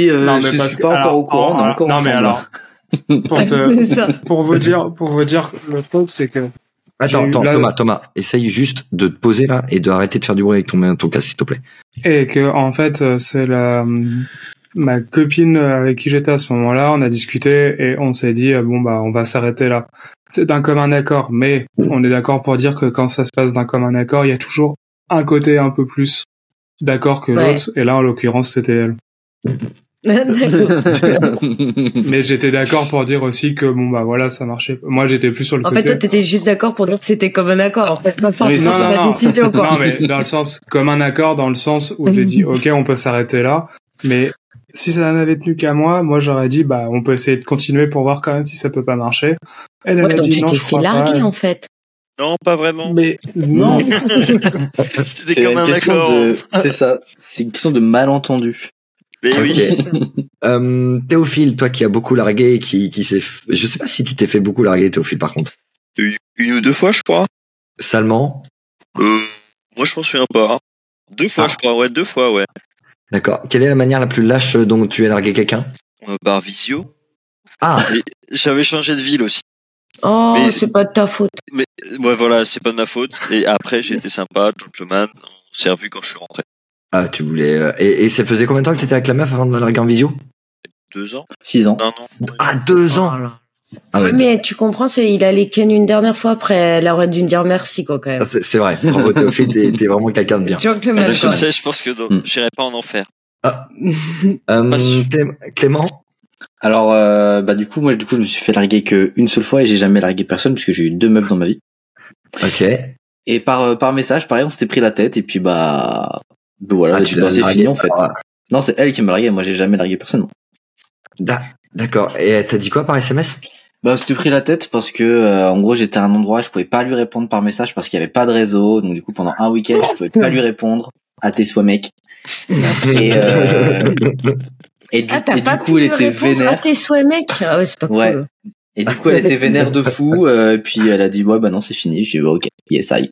euh, je suis
parce que-
pas encore
alors,
au courant, on est
alors,
encore
Non,
ensemble.
mais
<laughs>
<laughs> alors.
<laughs>
Pour,
c'est
te- <laughs>
ça.
pour vous dire, pour vous dire, le truc, c'est que
Attends,
J'ai eu
attends,
la-
Thomas, Thomas, essaye juste de te poser là et d'arrêter de faire du bruit avec ton, ton casque, s'il te plaît.
Et que en fait, euh, c'est la ma copine euh, avec qui j'étais à ce moment-là, on a discuté et on s'est dit euh, bon bah on va s'arrêter là. C'est d'un commun accord, mais on est d'accord pour dire que quand ça se passe d'un commun accord, il y a toujours un côté un peu plus d'accord que
Ouais.
l'autre. Et là, en l'occurrence, c'était elle.
D'accord.
Mm.
Mais j'étais d'accord pour dire aussi que bon bah voilà, ça marchait. Moi, j'étais plus sur le
En
côté.
fait, toi, t'étais juste d'accord pour dire que c'était comme un accord. En fait, pas forcément
non,
sur
non,
la
non.
décision, quoi.
Non, mais dans le sens, comme un accord, dans le sens où j'ai
Mhm.
dit, ok, on peut s'arrêter là, mais si ça n'avait tenu qu'à moi, moi j'aurais dit, bah, on peut essayer de continuer pour voir quand même si ça peut pas marcher. Elle
Ouais,
avait
donc
dit,
tu
non,
t'es
je
fait
crois
larguer,
pas.
en fait.
Non, pas vraiment.
Mais non,
C'était
C'est
comme
une
un
question
accord.
<laughs>
de, c'est ça. C'est une question de malentendu.
Mais oui.
Euh, Théophile, toi qui as beaucoup largué, qui, qui s'est, f- je sais pas si tu t'es fait beaucoup larguer, Théophile, par contre.
Une- Une ou deux fois, je crois.
Salement,
Euh, moi, je m'en souviens pas. Deux fois,
Ah.
je crois. Ouais, deux fois, ouais.
d'accord. Quelle est la manière la plus lâche dont tu as largué quelqu'un
Euh, Bar Visio.
Ah,
J'avais changé de ville aussi.
Oh,
Mais-
c'est pas de ta faute.
Mais euh, ouais, voilà, c'est pas de ma faute. Et après, j'ai été sympa, gentleman. On s'est revu quand je suis rentré.
ah, tu voulais. euh, et, et ça faisait combien de temps que t'étais avec la meuf avant de la larguer en visio
Deux ans
Six ans.
Un an
Ah, deux
Oh
Oh,
ans. Ah ouais.
Mais tu comprends, c'est, il allait ken une dernière fois après, elle aurait dû me dire merci, quoi, quand même.
ah, C'est, c'est vrai. Bravo, Théophile, t'es, t'es vraiment quelqu'un de bien.
Gentleman,
Je
quoi.
sais, je pense que dans-
Hmm.
j'irai pas en enfer.
Euh,
Pas sûr.
Clé- Clément,
Alors, euh, bah, du coup, moi, du coup, je me suis fait larguer qu'une seule fois et j'ai jamais largué personne puisque j'ai eu deux meufs dans ma vie.
ok.
Et par, euh, par message, pareil, on s'était pris la tête et puis, bah, bah, voilà,
Ah,
et
tu
puis,
l'as
bah, c'est
largué,
fini, en fait.
alors,
Non, c'est elle qui m'a largué. Moi, j'ai jamais largué personne.
Da- D'accord. Et elle t'a dit quoi par SMS
Bah, on s'était pris la tête parce que, euh, en gros, j'étais à un endroit, je pouvais pas lui répondre par message parce qu'il y avait pas de réseau. Donc, du coup, pendant un week-end, je pouvais pas lui répondre. À tes soins, mec. Et,
<laughs>
euh, Et du,
Ah, t'as
et du
pas
coup, elle
pu me
était
répondre à
vénère.
tes souhaits, mec. Ah ouais, c'est pas
Ouais.
cool.
Et du coup, elle était vénère de fou. euh, et puis, elle a dit, ouais, bah non, c'est fini. J'ai dit, bah, ok, yes, aïe.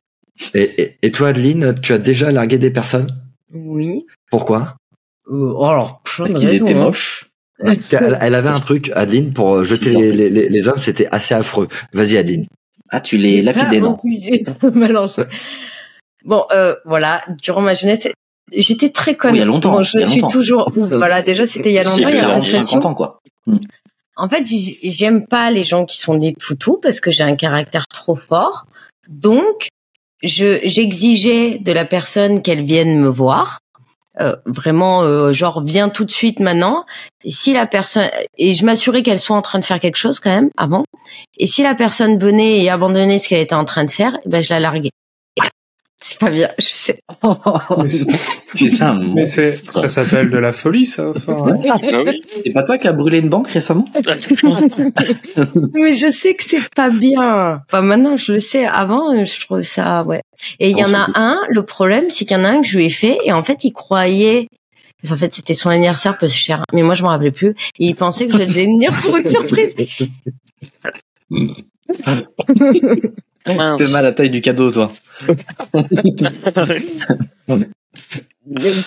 Et, et- et toi, Adeline, tu as déjà largué des personnes
Oui.
Pourquoi
Euh, oh, alors, plein
Parce
de
qu'ils
raisons,
étaient
hein.
moches.
Parce qu'elle elle avait un truc, Adeline, pour euh, jeter
Si, ça.
les, les- les- les hommes, c'était assez affreux. Vas-y, Adeline.
Ah, tu les
T'es pas
lapidais, non
obligé de me balancer. Bon, euh, voilà, durant ma jeunesse, j'étais très conne.
Oui, il y a longtemps,
Bon, je
il y a
suis
longtemps.
toujours. Voilà, déjà, c'était il y a longtemps.
plus
il y a
d'un
pas
an,
de
c'est un
raison.
50 ans, quoi.
En fait, j'ai- j'aime pas les gens qui sont des foutous parce que j'ai un caractère trop fort. Donc, je j'exigeais de la personne qu'elle vienne me voir. Euh, vraiment euh, genre viens tout de suite maintenant et si la personne et je m'assurais qu'elle soit en train de faire quelque chose quand même avant et si la personne venait et abandonnait ce qu'elle était en train de faire eh ben je la larguais Voilà. c'est pas bien je sais Oh.
Mais c'est-
Putain,
Mais
mon-
c'est,
<laughs>
ça s'appelle de la folie, ça. Enfin,
Ah
<laughs>
oui.
C'est pas toi qui a brûlé une banque récemment
Mais je sais que c'est pas bien. Enfin, maintenant, je le sais. Avant, euh, je trouve ça, ouais. Et il y
Bon,
en a
c'est-
un, le problème, c'est qu'il y en a un que je lui ai fait, et en fait, il croyait, parce qu'en fait, c'était son anniversaire, parce que cher, hein, mais moi, je m'en rappelais plus, et il pensait que je le <laughs> faisais venir pour une surprise.
Mince.
T'es mal à la taille du cadeau, toi.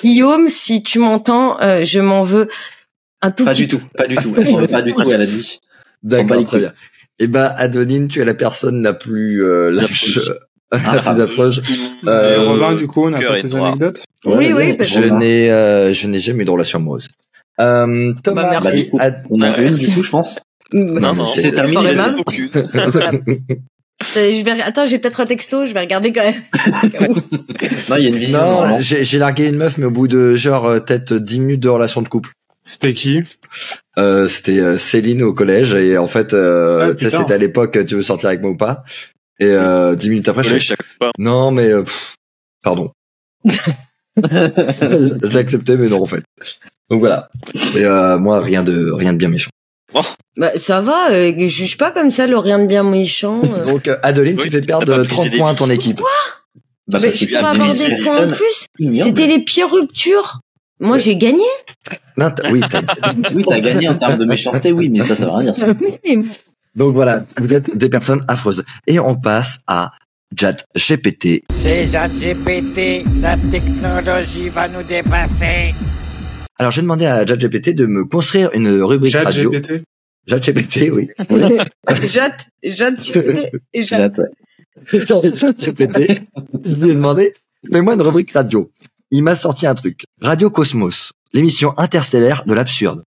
Guillaume, si tu m'entends, euh, je m'en veux un tout
Pas
petit
du tout, pas
<laughs>
du tout. Elle s'en veut pas du tout, elle a dit. bat
D'accord,
les
très
couilles.
bien. Eh ben, Adeline, tu es la personne la plus euh, lâche,
Affreuse.
<laughs> la plus affreuse.
mais
Euh,
Robin, du coup, on n'a
cœur
pas
et
tes
noir.
anecdotes.
Oui,
Ouais,
oui,
vas-y,
parce
Je
Romain.
n'ai, euh, je n'ai jamais eu de relation amoureuse. Euh, Thomas,
Bah,
Bah,
merci.
du coup,
Ad-
on a une,
Merci.
du coup, je pense.
Non,
non,
mais
c'est
c'est-
terminé,
Il y en a
Même.
aucune.
Euh, je vais- Attends, j'ai peut-être un texto, je vais regarder quand même.
Non, il y a une vidéo.
Non,
normalement.
j'ai j'ai largué une meuf, mais au bout de genre euh, peut-être 10 minutes de relation de couple.
C'était qui
Euh, c'était euh, Céline au collège et en fait, euh,
Ah,
tu sais,
putain.
c'était à l'époque, tu veux sortir avec moi ou pas Et euh, 10 minutes après, je
Je
fais,
chaque pas.
non mais euh, pff,
<laughs>
pardon. j'ai accepté, mais non en fait. Donc voilà. Et euh, moi, rien de rien de bien méchant.
Bah, ça va, euh, je juge pas comme ça le rien de bien méchant. euh.
Donc euh, Adeline,
Oui,
tu fais perdre
t'as pas
euh,
pris
30
des
points à ton équipe.
Bah,
Mais
parce que
je
tu
peux
as
pas
des
avoir
des
des points en
personnes
plus.
ignobles.
C'était les pires ruptures. Moi,
Ouais.
j'ai gagné.
Non, t'as- oui, t'as-
<laughs> Oui, t'as gagné en termes de méchanceté, oui, mais ça, ça veut rien dire. ça.
Donc voilà, vous êtes des personnes affreuses. Et on passe à Chat GPT.
C'est GPT, la technologie va nous dépasser.
Alors j'ai demandé à ChatGPT de me construire une rubrique
Chat
radio.
GPT.
ChatGPT, oui.
Jatte, jatte, jatte.
J'attends.
ChatGPT. Je lui ai demandé, fais-moi une rubrique radio. Il m'a sorti un truc. Radio Cosmos, l'émission interstellaire de l'absurde.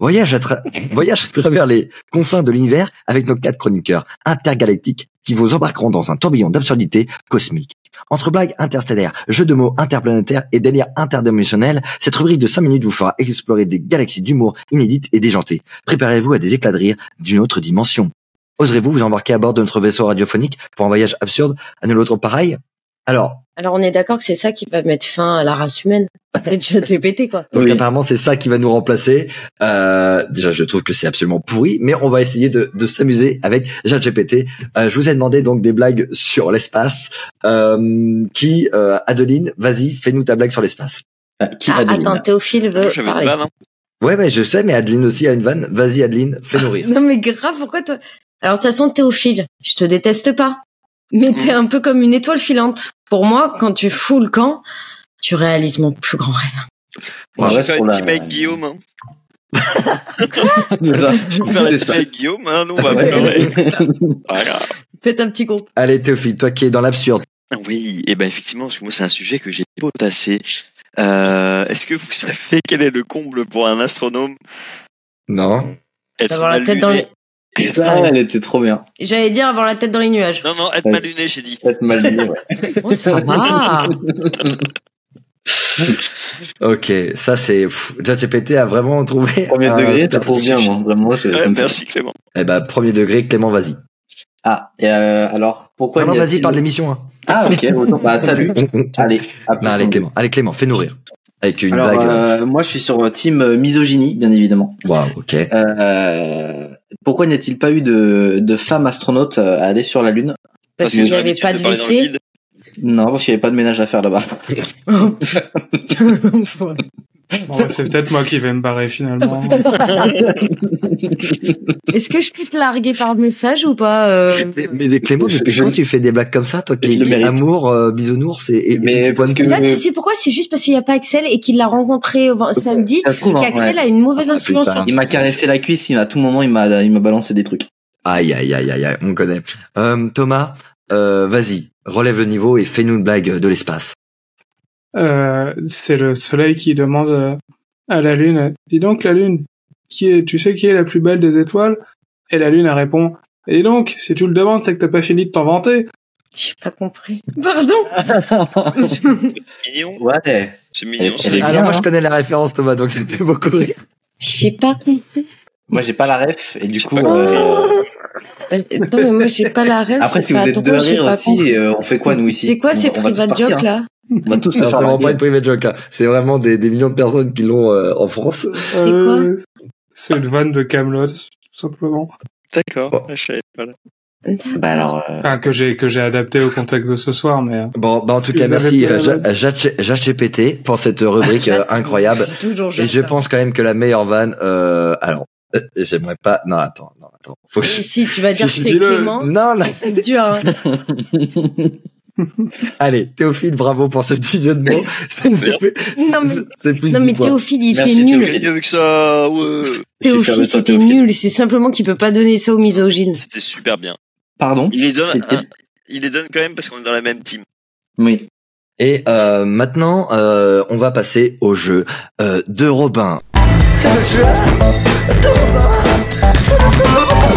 Voyage à, tra- voyage à travers les confins de l'univers avec nos quatre chroniqueurs intergalactiques qui vous embarqueront dans un tourbillon d'absurdité cosmique. Entre blagues interstellaires, jeux de mots interplanétaires et délire interdimensionnel, cette rubrique de 5 minutes vous fera explorer des galaxies d'humour inédites et déjantées. Préparez-vous à des éclats de rire d'une autre dimension. Oserez-vous vous embarquer à bord de notre vaisseau radiophonique pour un voyage absurde à nul autre pareil Alors,
Alors, on est d'accord que c'est ça qui va mettre fin à la race humaine. C'est ChatGPT, quoi.
donc
Oui.
apparemment c'est ça qui va nous remplacer. Euh, déjà, je trouve que c'est absolument pourri, mais on va essayer de, de s'amuser avec ChatGPT. Euh, je vous ai demandé donc des blagues sur l'espace. Euh, qui, euh, Adeline, vas-y, fais-nous ta blague sur l'espace.
Ah, Qui
Ah,
a deviné <laughs>
attends, Théophile veut
Euh,
J'avais une
parler.
vanne. hein.
Ouais, ouais, je sais, mais Adeline aussi a une vanne. Vas-y, Adeline, fais-nous rire.
Non, mais grave, pourquoi toi Alors, de toute façon, Théophile, je te déteste pas. Mais t'es un peu comme une étoile filante. Pour moi, quand tu fous le camp, tu réalises mon plus grand rêve.
je
On
vais
reste
faire
sur
une
la-
team avec Guillaume. hein.
<laughs> Voilà.
Je vais faire la team
L'espace.
avec Guillaume. hein, nous, on va
Ouais.
pleurer. Voilà.
Faites un petit groupe.
Allez, Théophile, toi qui es dans l'absurde.
Oui, et ben effectivement, parce que moi c'est un sujet que j'ai potassé. Euh, Est-ce que vous savez quel est le comble pour un astronome
Non.
Être
D'avoir la
mal
tête dans
luné.
les...
<laughs> Ah, elle était trop bien.
J'allais dire avoir la tête dans les
<laughs>
nuages.
Non, non, être mal luné, j'ai dit.
Peut-être mal dit, ouais.
Oh, ça va.
Ok, ça c'est. pff, ChatGPT a vraiment trouvé.
Premier
un
degré, t'as
super
pour bien,
sujet.
moi. Vraiment, je- ça
Ouais,
me fait-
merci Clément.
Eh ben, premier degré, Clément, vas-y.
Ah, et euh, alors, pourquoi
Non, non,
il y a-
vas-y, parle de l'émission. Hein.
Ah, ok, autant. Bah, salut. Allez, à plus.
Non, allez, Clément, allez, Clément, fais nourrir. Avec une
Alors,
blague.
euh, moi, je suis sur Team euh, Misogynie, bien évidemment.
Waouh, ok.
Euh, pourquoi n'y a-t-il pas eu de, de femmes astronautes euh, à aller sur la Lune
Parce
qu'ils
qu'il
ont
n'y avait
l'habitude
pas de
parler dans le
lycée.
vide.
Non, parce qu'il n'y avait pas de ménage à faire là-bas.
Bon, bah, c'est peut-être moi qui vais me barrer
<laughs>
finalement.
Est-ce que je peux te larguer par message ou pas euh,
Mais, mais Clément,
je-
depuis
je-
quand tu fais des blagues comme ça, toi qui
Je le
qui-
mérite.
amour, euh, bisounours et, et, et
Mais
petits points de
parce que-
cul.
Ça, tu sais pourquoi C'est juste parce qu'il n'y a pas Axel et qu'il l'a rencontré au- samedi.
Ça se trouve, hein,
Qu'Axel
ouais.
a une mauvaise
Ah,
influence.
putain.
sur-
Il m'a caressé la
<laughs>
cuisse, il m'a- à tout moment, il m'a il m'a balancé des trucs.
Aïe, aïe, aïe, aïe, aïe, on connaît. Euh, Thomas, euh, vas-y, relève le niveau et fais-nous une blague de l'espace.
Euh, c'est le soleil qui demande euh, à la lune dis donc la lune qui est tu sais qui est la plus belle des étoiles et la lune elle répond et donc si tu le demandes c'est que t'as pas fini de t'en vanter
J'ai pas compris. Pardon.
Mignon.
Ouais.
C'est mignon.
Et-
C'est
et-
Alors
bien,
moi je
hein.
connais la référence Thomas, donc ça me
<laughs>
fait beaucoup rire.
J'ai pas compris.
Moi, j'ai pas la ref, et du
J'ai
coup,
pas
euh,
Non, mais moi j'ai pas la rêve.
après, si vous êtes deux à rire aussi, euh, on fait quoi, nous, ici?
C'est quoi ces
On va tous
private
partir,
jokes
hein.
là
On va tous se
Non, c'est
faire
vraiment pas
larguer.
une private joke. hein. C'est vraiment des, des millions de personnes qui l'ont euh, en France.
C'est
Euh, c'est une vanne de Camelot tout simplement
d'accord. Je savais pas.
Bah alors, euh,
enfin que j'ai que j'ai adapté au contexte de ce soir mais euh,
Bon, bah en tout
Si
cas,
vous
merci
avez-
euh, Ja- Ja- Ja- JHPT pour cette rubrique
<laughs>
euh, incroyable.
C'est toujours
Et
juste.
je pense quand même que la meilleure vanne. Euh, alors, euh, j'aimerais pas. Non, attends, non, attends. Faut que je-
Si, si, tu vas
si
dire
je
c'est
dis le-
<laughs>
Clément.
Non, non.
<laughs> C'est dur. Hein.
Allez, Théophile, bravo pour ce petit jeu de
<laughs>
mots. C'est- c'est-
Non, mais-
c'est plus
Non
du
mais
poids.
Théophile, il était
Merci,
C'est
nul.
Théophile.
mieux que ça. Ouais.
Théophile,
Théophile.
c'était nul. C'est simplement qu'il peut pas donner ça aux misogynes.
C'était super bien.
pardon?
Il les donne.
C'était-
un- Il les donne quand même parce qu'on est dans la même team.
Oui.
Et euh, maintenant, euh, on va passer au jeu euh, de Robin.
C'est le jeu de Robin. C'est le jeu de Robin.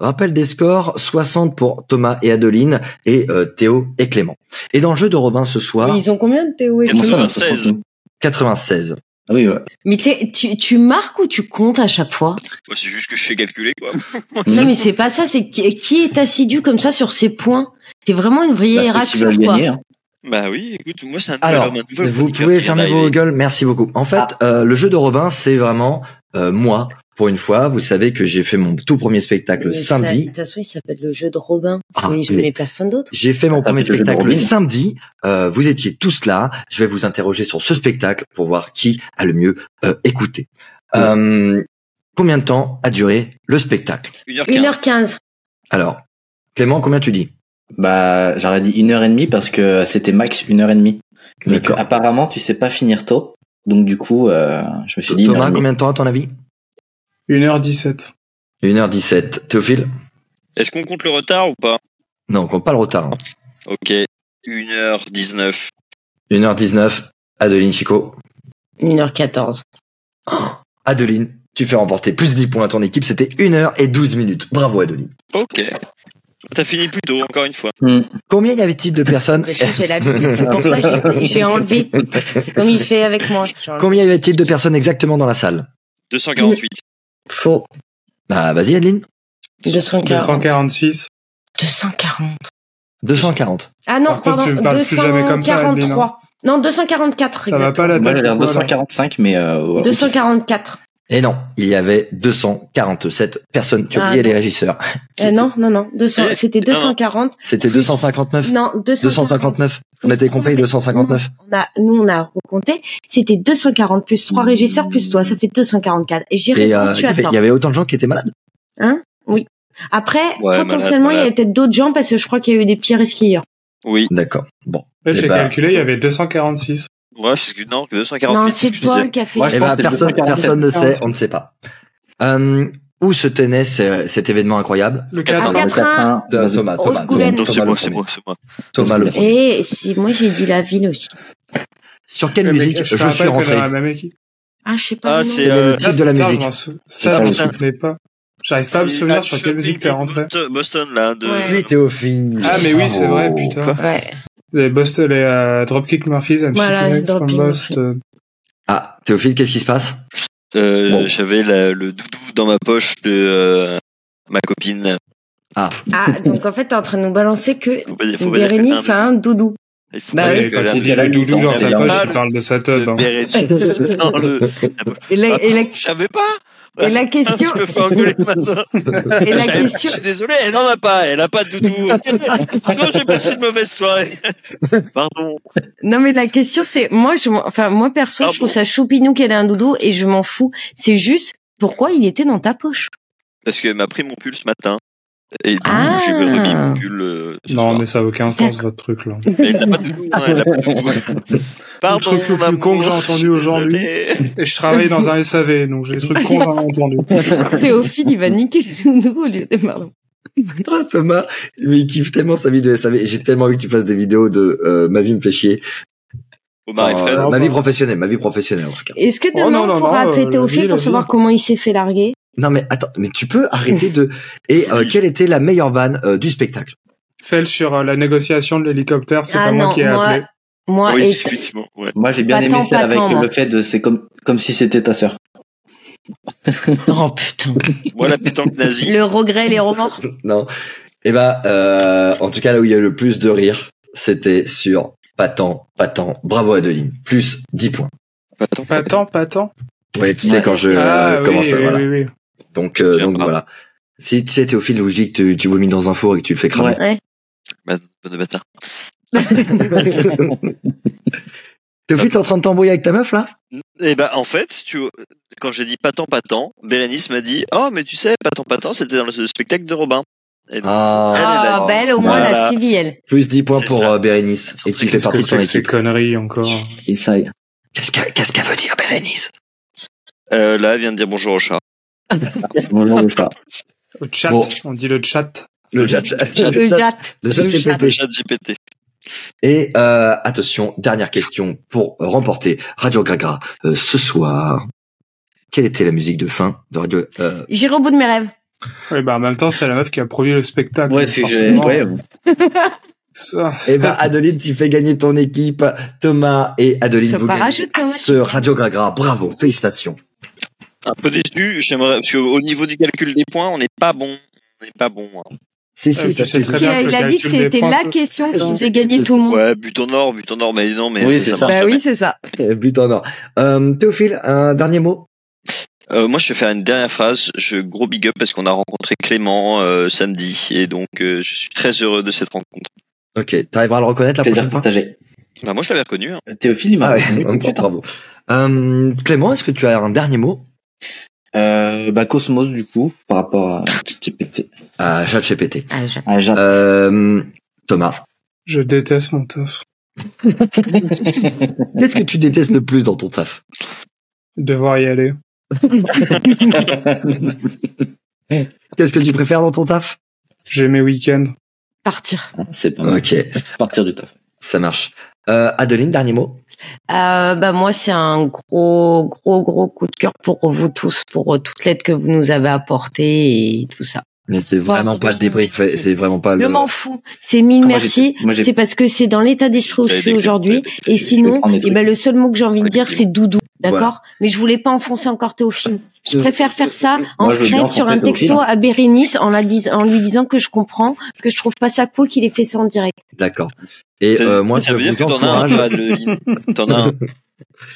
Rappel des scores 60 pour Thomas et Adeline et euh, Théo et Clément. Et dans le jeu de Robin ce soir,
Mais Ils ont combien de Théo et
Comment
Comment
Clément
Bah, ça,
96.
60?
96.
Ah oui, ouais.
Mais t'es- tu, tu marques ou tu comptes à chaque fois
Moi, c'est juste que je sais calculer quoi.
Mmh.
Non mais c'est pas ça. C'est qui, qui est assidu comme ça sur ses points C'est vraiment une
Bah,
vraie
ceux qui
hiérarchie
veulent
quoi.
gagner, hein.
Bah oui. Écoute, moi c'est un nouvel
Alors,
homme, un nouvel
vous
chroniqueur
pouvez
qui vient
fermer vos
d'arriver.
gueules, merci beaucoup. En fait, euh, le jeu de Robin, c'est vraiment euh, moi, pour une fois. Vous savez que j'ai fait mon tout premier spectacle
Mais ça, De
samedi.
toute façon, il s'appelle le jeu de Robin.
Ah,
C'est- je
mais-
connais personne d'autre.
J'ai fait mon
Ça
premier
s'appelle le jeu de
spectacle
Robin.
samedi. Euh, vous étiez tous là. Je vais vous interroger sur ce spectacle pour voir qui a le mieux euh, écouté. Euh, combien de temps a duré le spectacle
1h15.
1h15.
Alors, Clément, combien tu dis
Bah, j'aurais dit une heure et demie parce que c'était max une heure et demie. Mais que, apparemment, tu sais pas finir tôt. Donc, du coup, euh, je me suis dit. une heure
Thomas,
et demie.
combien de temps à ton avis
1h17
1h17. Théophile
Est-ce qu'on compte le retard ou pas
Non, on compte pas le retard. hein.
Ok. 1h19.
1h19. Adeline Chico
1h14.
<laughs>
Adeline, tu fais remporter plus 10 points à ton équipe. C'était 1h et 12 minutes. Bravo, Adeline.
Ok. T'as fini plus tôt, encore une fois.
Combien y avait-il de personnes
Parce que J'ai l'habitude, c'est pour ça que j'ai- j'ai enlevé. C'est comme il fait avec moi. J'ai
<laughs>
enlevé.
Combien y avait-il de personnes exactement dans la salle
248.
Faux.
Bah, vas-y, Adeline.
240.
246
240.
240.
Ah non,
Par contre,
pardon,
tu me parles plus jamais comme ça, Adeline,
243. Non, 244,
ça va
exact.
pas la
Moi, j'ai
tête
l'air
voilà.
245, mais euh, voilà.
244.
Et non, il y avait 247 personnes. Tu as
Ah,
oublié
non.
les régisseurs.
Euh, non, non, non, 200,
Eh,
c'était
non, non.
240.
C'était 259
Non, 250.
259 On était compris, 259
On a, nous, on a compté. C'était 240 plus 3 régisseurs plus toi. Ça fait 244. Et j'ai
Mmh. Et
raison,
euh, il
tu
y avait-
attends.
il y avait autant de gens qui étaient malades.
Après,
malade,
potentiellement, il y
malade.
avait peut-être d'autres gens parce que je crois qu'il y a eu des pires skieurs.
Oui.
D'accord. Bon.
Là,
Eh
j'ai
ben,
calculé il y avait 246
Moi, je suis non, que 248.
Non,
ce
c'est
que je disais.
Paul qui a fait.
Moi,
Eh
je pense
ben,
que c'est
personne,
247.
personne ne sait. On ne sait pas. Euh, où se tenait ce- cet événement incroyable
le
Attends,
à
4
4
Enfin, vas-y.
Thomas,
Rose
Thomas,
Goulaine.
Non,
Thomas
c'est
le
moi, c'est
premier.
moi, c'est moi.
Thomas le premier.
Et si moi j'ai dit la ville aussi.
Sur quelle
Eh, Mais mec,
musique Eh, je,
te rappelle
suis
que
rentré
dans la même équipe.
Ah, je sais
Ah,
pas. le nom.
c'est,
Quel est
euh,
le titre de la
Putain, je
musique
m'en sou- Ça, je
pas
m'en
le
souvenais pas. J'arrive pas à me
C'est
souvenir sur quelle musique t'es
Hatchet
rentré.
Boston- Boston, là. De...
Ouais.
Oui, Théophile.
Ah, mais oui, c'est vrai,
Bravo.
putain.
Ouais.
Les Boston, les euh, Dropkick Murphys, I'm
Voilà,
voilà, from
Dropkick
Lost. euh,
Ah, Théophile, qu'est-ce qui se passe
Euh,
Bon.
J'avais la- le doudou dans ma poche de euh, ma copine.
Ah, donc en fait, t'es en train de nous balancer que
Faut pas dire- faut pas dire que
Bérénice
c'est
a
un
un doudou.
Il faut
Bah
pas
oui.
dire
et
que
Quand
la-
il dit la
la-
doudou dans sa
la-
poche,
la-
il parle de sa teub.
de
hein.
<laughs>
Bérénice dans le- la poche.
Et la, et la,
Je savais pas.
et la <laughs> question,
Je me fais engueuler maintenant.
et la
Je savais-
question,
Je suis désolé, elle n'en a pas. Elle n'a pas de
<laughs>
doudou. Sinon, j'ai passé une mauvaise soirée. Pardon.
non mais la question c'est, moi je, m'en- enfin moi perso,
Ah
je trouve
bon
ça choupinou qu'elle ait un doudou et je m'en fous. C'est juste pourquoi il était dans ta
<laughs>
poche.
Parce qu'elle m'a pris mon pull ce matin. Et du coup,
Ah.
j'ai remis mon pull euh, ce
Non,
soir.
mais ça a aucun sens, votre truc, là.
Mais elle n'a pas de doudou. hein, elle n'a pas
<laughs>
de doudou. Pardon,
truc le plus
maman,
con que j'ai
je suis
entendu aujourd'hui.
désolé.
Et je travaille
<laughs>
dans un SAV, donc j'ai des trucs qu'on a entendus.
Théophile, il va niquer le doudou au lieu de pardon.
Ah, Thomas, mais il kiffe tellement sa vie de SAV. J'ai tellement envie que tu fasses des vidéos de euh, ma vie me fait chier.
Omar et
Enfin,
Fred.
euh, ma vie professionnelle, ma vie professionnelle en tout cas.
Est-ce que
Oh,
demain
non, non,
on pourra
non,
appeler
euh,
Théophile
la
pour
vie,
savoir
la vie.
comment il s'est fait larguer
Non mais attends, mais tu peux arrêter <laughs> de. Et euh, quelle était la meilleure vanne euh, du spectacle
Celle sur euh, la négociation de l'hélicoptère, c'est
Ah
pas
non,
moi qui ai
moi-
appelé.
Moi,
Oui,
et-
effectivement. ouais.
Moi, j'ai bien
Pas
aimé
tant,
celle
pas
avec
tant, hein.
le
moi.
fait de c'est comme comme si c'était ta sœur.
<laughs> oh putain,
Moi, la pétanque nazie.
le regret, les <laughs> remords.
Non. Eh ben, euh, en tout cas là où il y a eu le plus de rire, c'était sur Patan, Patan. Bravo Adeline, plus 10 points.
Attends,
Pas tant, pas tant.
Oui, tu sais
Ouais.
quand je
ah
euh,
oui,
commence, à-
oui,
voilà.
oui, oui.
Donc, euh,
Tiens,
donc
bravo.
voilà. Si tu sais Théophile où je dis que tu, tu vomis dans un four et que tu le fais cramer.
Ouais.
bah, bonne bâtard.
<laughs> Théophile, t'es en train de t'embrouiller avec ta meuf là
Et ben, en fait, tu, quand j'ai dit pas tant, pas tant, Bérénice m'a dit, oh, mais tu sais, pas tant, pas tant, c'était dans le spectacle de Robin. Et donc,
Ah,
Ah, belle, au moins
Voilà.
elle a suivi <laughs> elle.
Plus 10 points
C'est
pour
ça.
euh, Bérénice. Et tu fais
Qu'est-ce
partie
que
de son
c'est que ces
équipe.
conneries encore
Et ça, y est.
Qu'est-ce qu'elle qu'est-ce qu'elle veut dire, Bérénice
euh, là, elle vient de dire bonjour au chat.
bonjour le chat.
Au chat,
Bon.
on dit le chat.
Le chat.
Le Euh, jatte.
Le chat,
Le
j'ai
chat.
pété.
Chat GPT.
Et euh, attention, dernière question pour remporter Radio Gragra euh, ce soir. Quelle était la musique de fin de Radio euh,
J'irai au bout de mes rêves.
Oui, bah en même temps, c'est la meuf qui a produit le spectacle.
Ouais, c'est que j'ai-
forcément.
ouais,
Ça-
Eh ben Adeline, tu fais gagner ton équipe. Thomas et Adeline
Ce
vous gagnez
parachute, Thomas.
ce Radio Gragra. Bravo, félicitations.
Un peu déçu, j'aimerais, parce qu'au niveau du calcul des points, on n'est pas bon. On n'est pas bon. hein.
C'est
Euh,
si,
tu
parce
sais
que-
très
Qui
bien
a-
ce
il a
calcul
dit que
des
c'était
points,
la
ce-
question qui faisait gagner tout le monde.
Ouais, but en or, but en or, mais non, mais
Oui,
ça,
c'est
ça
ça.
marche
Mmh. Bah
jamais.
oui, c'est ça.
Eh, But en or. Euh, Théophile, un dernier mot
Euh, moi, je vais faire une dernière phrase. Je gros big up parce qu'on a rencontré Clément euh, samedi et donc euh, je suis très heureux de cette rencontre.
Ok, t'arriveras à le reconnaître la
plaisir
prochaine fois
partagé.
Bah, moi, je l'avais reconnu. hein.
Théophile, il m'a
Ah
répondu
ouais, <laughs>
tout de
encore
suite, hein.
bravo. Euh, Clément, est-ce que tu as un dernier mot
Euh, bah Cosmos du coup par rapport à ChatGPT.
à ChatGPT
Ah, jatte.
Ah, Jade.
euh, Thomas,
<laughs> Je déteste mon taf.
qu'est-ce que tu détestes le plus dans ton taf
Devoir y aller.
Euh, Qu'est-ce que tu préfères dans ton taf
J'ai mes week-ends.
Partir.
<laughs> C'est pas mal.
Ok,
Partir du taf.
ça marche. Euh, Adeline, dernier mot
Euh, bah moi, c'est un gros, gros, gros coup de cœur pour vous tous, pour euh, toute l'aide que vous nous avez apportée et tout ça.
Mais c'est
vraiment pas le débrief, c'est
vraiment pas
Je m'en fous. C'est mille
Ah, moi,
merci.
j'ai- moi, j'ai-
C'est parce que c'est dans l'état d'esprit où je
J'avais
suis
des-
aujourd'hui.
des-
Et sinon,
prendre des
eh ben,
trucs.
le seul mot que j'ai envie de
Ouais,
dire,
des-
c'est doudou. D'accord
Voilà.
Mais je voulais pas enfoncer encore Théophile. Je préfère faire ça en
Moi, je veux bien
secret sur
enfoncer
un texto
Théophile.
à Bérénice en, la dis- en lui disant que je comprends, que je trouve pas ça cool qu'il ait fait ça en direct.
D'accord. Et
Ça-
euh, moi, je
ça veut dire
vous
que t'en as un,
encourage.
toi, Adeline. T'en
<laughs>
as un.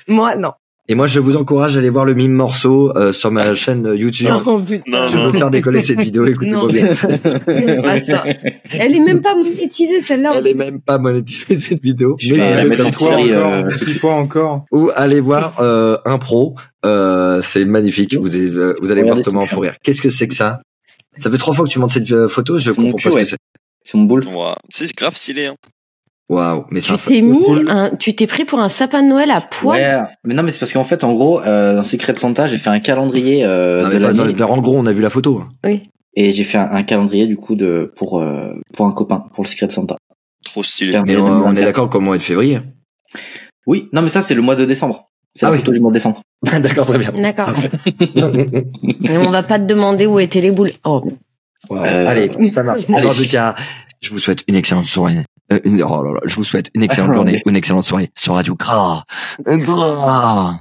Moi, <laughs> non.
Et moi, je vous encourage à aller voir le mime morceau euh, sur ma chaîne YouTube.
Non, putain.
Non,
Je vais
non.
vous faire décoller cette vidéo. Écoutez-moi
Non.
bien.
Ah, ça. Elle est même pas monétisée celle-là.
Elle est même pas monétisée cette vidéo.
vais
Mais
la
je
mettre
le
en
Petit poids
conseille.
série,
encore,
euh,
un
tout de
petit
suite.
poids encore.
ou allez voir euh, un pro. Euh, c'est magnifique. Vous, avez- euh, vous allez voir
Regardez.
Thomas en fou rire. Qu'est-ce que c'est que ça Ça fait trois fois que tu montes cette euh, photo. Je
C'est mon
comprends pas
cul,
ce que
ouais.
c'est.
C'est mon boule.
Ouah, C'est grave stylé. Hein.
Waouh, mais c'est
Tu
un
t'es mis un, tu t'es pris pour un sapin de Noël à poil.
Ouais. Mais non, mais c'est parce qu'en fait, en gros, euh, dans Secret Santa, j'ai fait un calendrier euh,
Non,
de
mais pas-
l'année
non, en gros, on a vu la photo. hein.
et j'ai fait un, un calendrier du coup de pour euh, pour un copain pour le Secret Santa.
Trop stylé.
Tiens.
Mais
Ok,
on,
même
on
en
est
quatre.
d'accord qu'au mois de février. <laughs>
Oui. Non, mais ça c'est le mois de décembre. C'est
Ah
la
oui.
photo du mois de décembre.
d'accord, très bien. <laughs>
D'accord. Mais on va pas te demander où étaient les boules. Oh,
Wow.
Euh,
Allez, ça marche.
allez.
En tout cas, je vous souhaite une excellente soirée. Euh, une- oh là là, je vous souhaite une excellente
Ah,
journée,
mais-
une excellente soirée sur Radio Euh, Gras. Gras.